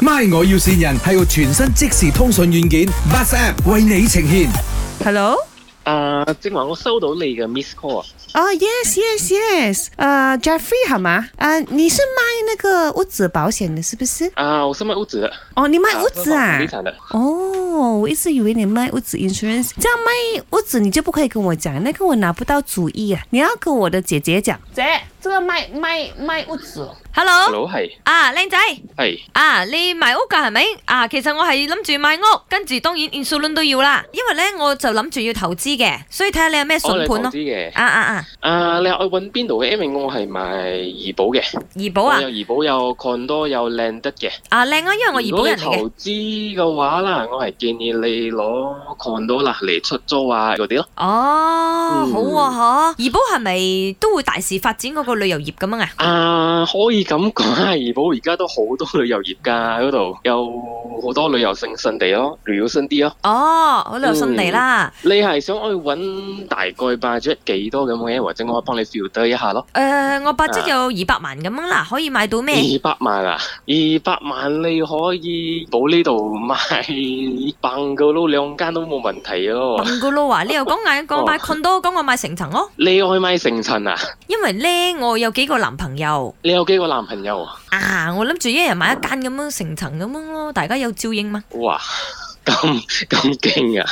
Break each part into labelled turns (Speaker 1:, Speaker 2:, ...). Speaker 1: My 我要線人係個全新即時通訊軟件 Bus App 為你呈現。
Speaker 2: Hello，
Speaker 3: 啊，正話我收到你嘅 miss call，啊
Speaker 2: 哦、y e s yes yes，呃、j e f f r e y 好吗？呃、你是卖那个屋子保险的，是不是？
Speaker 3: 啊、我是卖屋子的，
Speaker 2: 哦，你卖屋子
Speaker 3: 我是
Speaker 2: 啊
Speaker 3: 房地？产的，
Speaker 2: 哦，我一直以为你卖屋子 insurance，这样卖屋子你就不可以跟我讲，那个我拿不到主意啊，你要跟我的姐姐讲。
Speaker 4: 姐，这个卖卖卖屋子哦，
Speaker 5: Hello，
Speaker 3: 佬係
Speaker 5: 啊靚仔，
Speaker 3: 係
Speaker 5: 啊你賣屋㗎係咪？啊其實我係諗住買屋，跟住當然 insurance 都要啦，因為咧我就諗住要投資嘅，所以睇下你有咩
Speaker 3: 哦我
Speaker 5: 筍
Speaker 3: 嚟投
Speaker 5: 盤
Speaker 3: 資
Speaker 5: 咯。
Speaker 3: 嘅，
Speaker 5: 啊啊啊，
Speaker 3: 啊、你話我揾邊度嘅？因為我係賣怡寶嘅，
Speaker 5: 怡寶啊
Speaker 3: 我有，怡寶有 condo 有靚得嘅。
Speaker 5: 啊靚啊，因為我怡
Speaker 3: 如
Speaker 5: 寶
Speaker 3: 果你
Speaker 5: 人嚟
Speaker 3: 投
Speaker 5: 嘅。
Speaker 3: 資嘅話啦，我係建議你攞 condo 啦嚟出租啊嗰啲咯。
Speaker 5: 哦，
Speaker 3: 嗯
Speaker 5: 好啊，嗬！怡寶係咪都會大肆發展嗰個旅遊業咁樣啊？
Speaker 3: 啊，可以咁講啊！怡寶而家都好多旅遊業㗎，嗰度有好多旅遊勝勝地咯，旅遊勝地咯。
Speaker 5: 哦，好旅遊勝地啦。
Speaker 3: 你係想去揾大概 budget 幾多咁嘅，或者我幫你 filter 一下咯。
Speaker 5: 誒、
Speaker 3: 嗯
Speaker 5: 我
Speaker 3: 啊
Speaker 5: budget 有二百萬咁樣啦，可以買到咩？
Speaker 3: 二百萬啊！二百萬你可以保呢度買辦個撈兩間都冇問題咯。
Speaker 5: 笨噶咯喎！你 又講嗌講買
Speaker 3: 哦
Speaker 5: condo，講我買成層咯。
Speaker 3: 你愛買成層啊？
Speaker 5: 因為咧，我有幾個男朋友
Speaker 3: 你有幾個男朋友啊？
Speaker 5: 啊，我諗住一人買一間咁樣成層咁樣咯，大家有照應嘛？
Speaker 3: 哇！咁咁勁啊！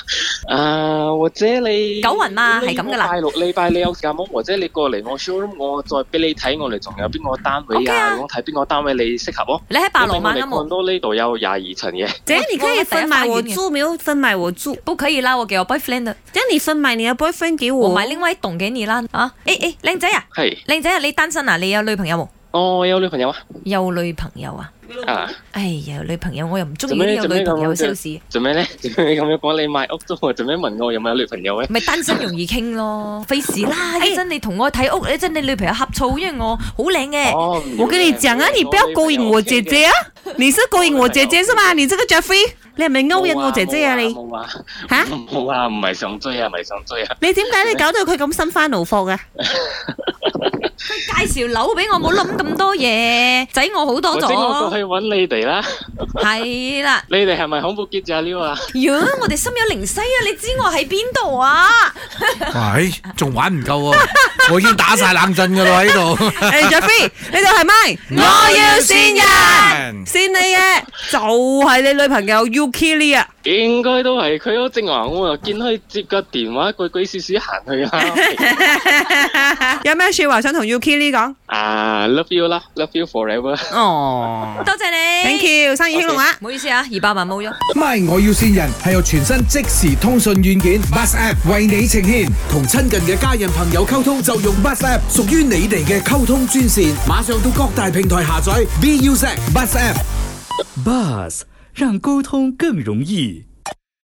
Speaker 3: 啊，或者你
Speaker 5: 九雲嘛
Speaker 3: 呢
Speaker 5: 係咁㗎啦
Speaker 3: 個拜六禮拜你有時間冇？或者你過嚟我 showroom，我再俾你睇我哋仲有邊個單位
Speaker 5: OK 啊
Speaker 3: 啊？我睇邊個單位你適合咯。
Speaker 5: 你喺白羅曼
Speaker 3: 因
Speaker 5: 啱
Speaker 3: 為我哋
Speaker 5: 冇？
Speaker 3: condo 呢度有廿二層嘅。
Speaker 2: 姐，你可以分买我
Speaker 5: 我第一發現嘅
Speaker 2: 住没有？分买我住，
Speaker 5: 不可以啦，我給我 boyfriend 的，
Speaker 2: 这样你分买你的 boyfriend 给
Speaker 3: 哦
Speaker 2: 我。
Speaker 5: 我買另外一棟給你啦。啊，誒、誒，靚、仔啊，
Speaker 3: 係，
Speaker 5: 靚仔啊，你單身啊？你有女朋友冇？
Speaker 3: 我有女朋友啊。
Speaker 5: 有女朋友啊？
Speaker 3: 啊，
Speaker 5: 哎呀，有女朋友我又唔中意
Speaker 3: 做
Speaker 5: 呢
Speaker 3: 咩
Speaker 5: 啲有
Speaker 3: 做咩
Speaker 5: 女朋友嘅
Speaker 3: 咁樣
Speaker 5: sales，
Speaker 3: 做 咩咧？做咩咁樣講？你買屋租，做咩問我有冇女朋友咧？
Speaker 5: 咪單身容易 傾咯，費事啦！一陣你同我睇屋，一陣你女朋友呷醋，因為我好靚嘅。
Speaker 3: 哦，
Speaker 2: 我跟你讲啊，你不要勾引我姐姐啊！你是勾引我姐姐是吗？你这个 Jeffrey，你系咪勾引
Speaker 3: à,
Speaker 2: 我姐姐啊？你
Speaker 3: 冇啊，
Speaker 2: 吓，
Speaker 3: 冇啊，唔係想追啊，唔係想追啊。
Speaker 2: 你点解你搞到佢咁心花怒放 啊？
Speaker 5: 介紹樓俾我，冇諗咁多嘢，仔我好多
Speaker 3: 我整我過
Speaker 5: 咗，
Speaker 3: 去揾你哋啦。
Speaker 5: 係啦。
Speaker 3: 你哋係咪恐怖結仔料啊？
Speaker 5: 呀，我哋心有靈犀啊！你知我喺邊度啊？
Speaker 1: 喂，仲玩唔夠喎？ 我已經打晒冷震㗎啦喺度。
Speaker 2: 诶，Jeffrey，你就系咪？ 我要善人，善你嘅就系你女朋友 Ukili 啊！
Speaker 3: 應該都係佢咯。正話我又見佢接個電話，鬼鬼祟祟行去啦。
Speaker 2: 有咩说話想同 Ukili 講？
Speaker 3: 啊，love À, you 啦，love you forever。
Speaker 2: 哦
Speaker 5: 多謝你
Speaker 2: ，thank you，生意興隆啊！
Speaker 5: 唔好意思啊，二百萬冇咗。
Speaker 1: My 我要線人係由全新即時通訊軟件 Bus App 為你呈現，同親近嘅家人朋友溝通就用 Bus App，屬於你哋嘅溝通專線。馬上到各大平台下載 BUZ Bus App。
Speaker 6: Buzz 让沟通更容易。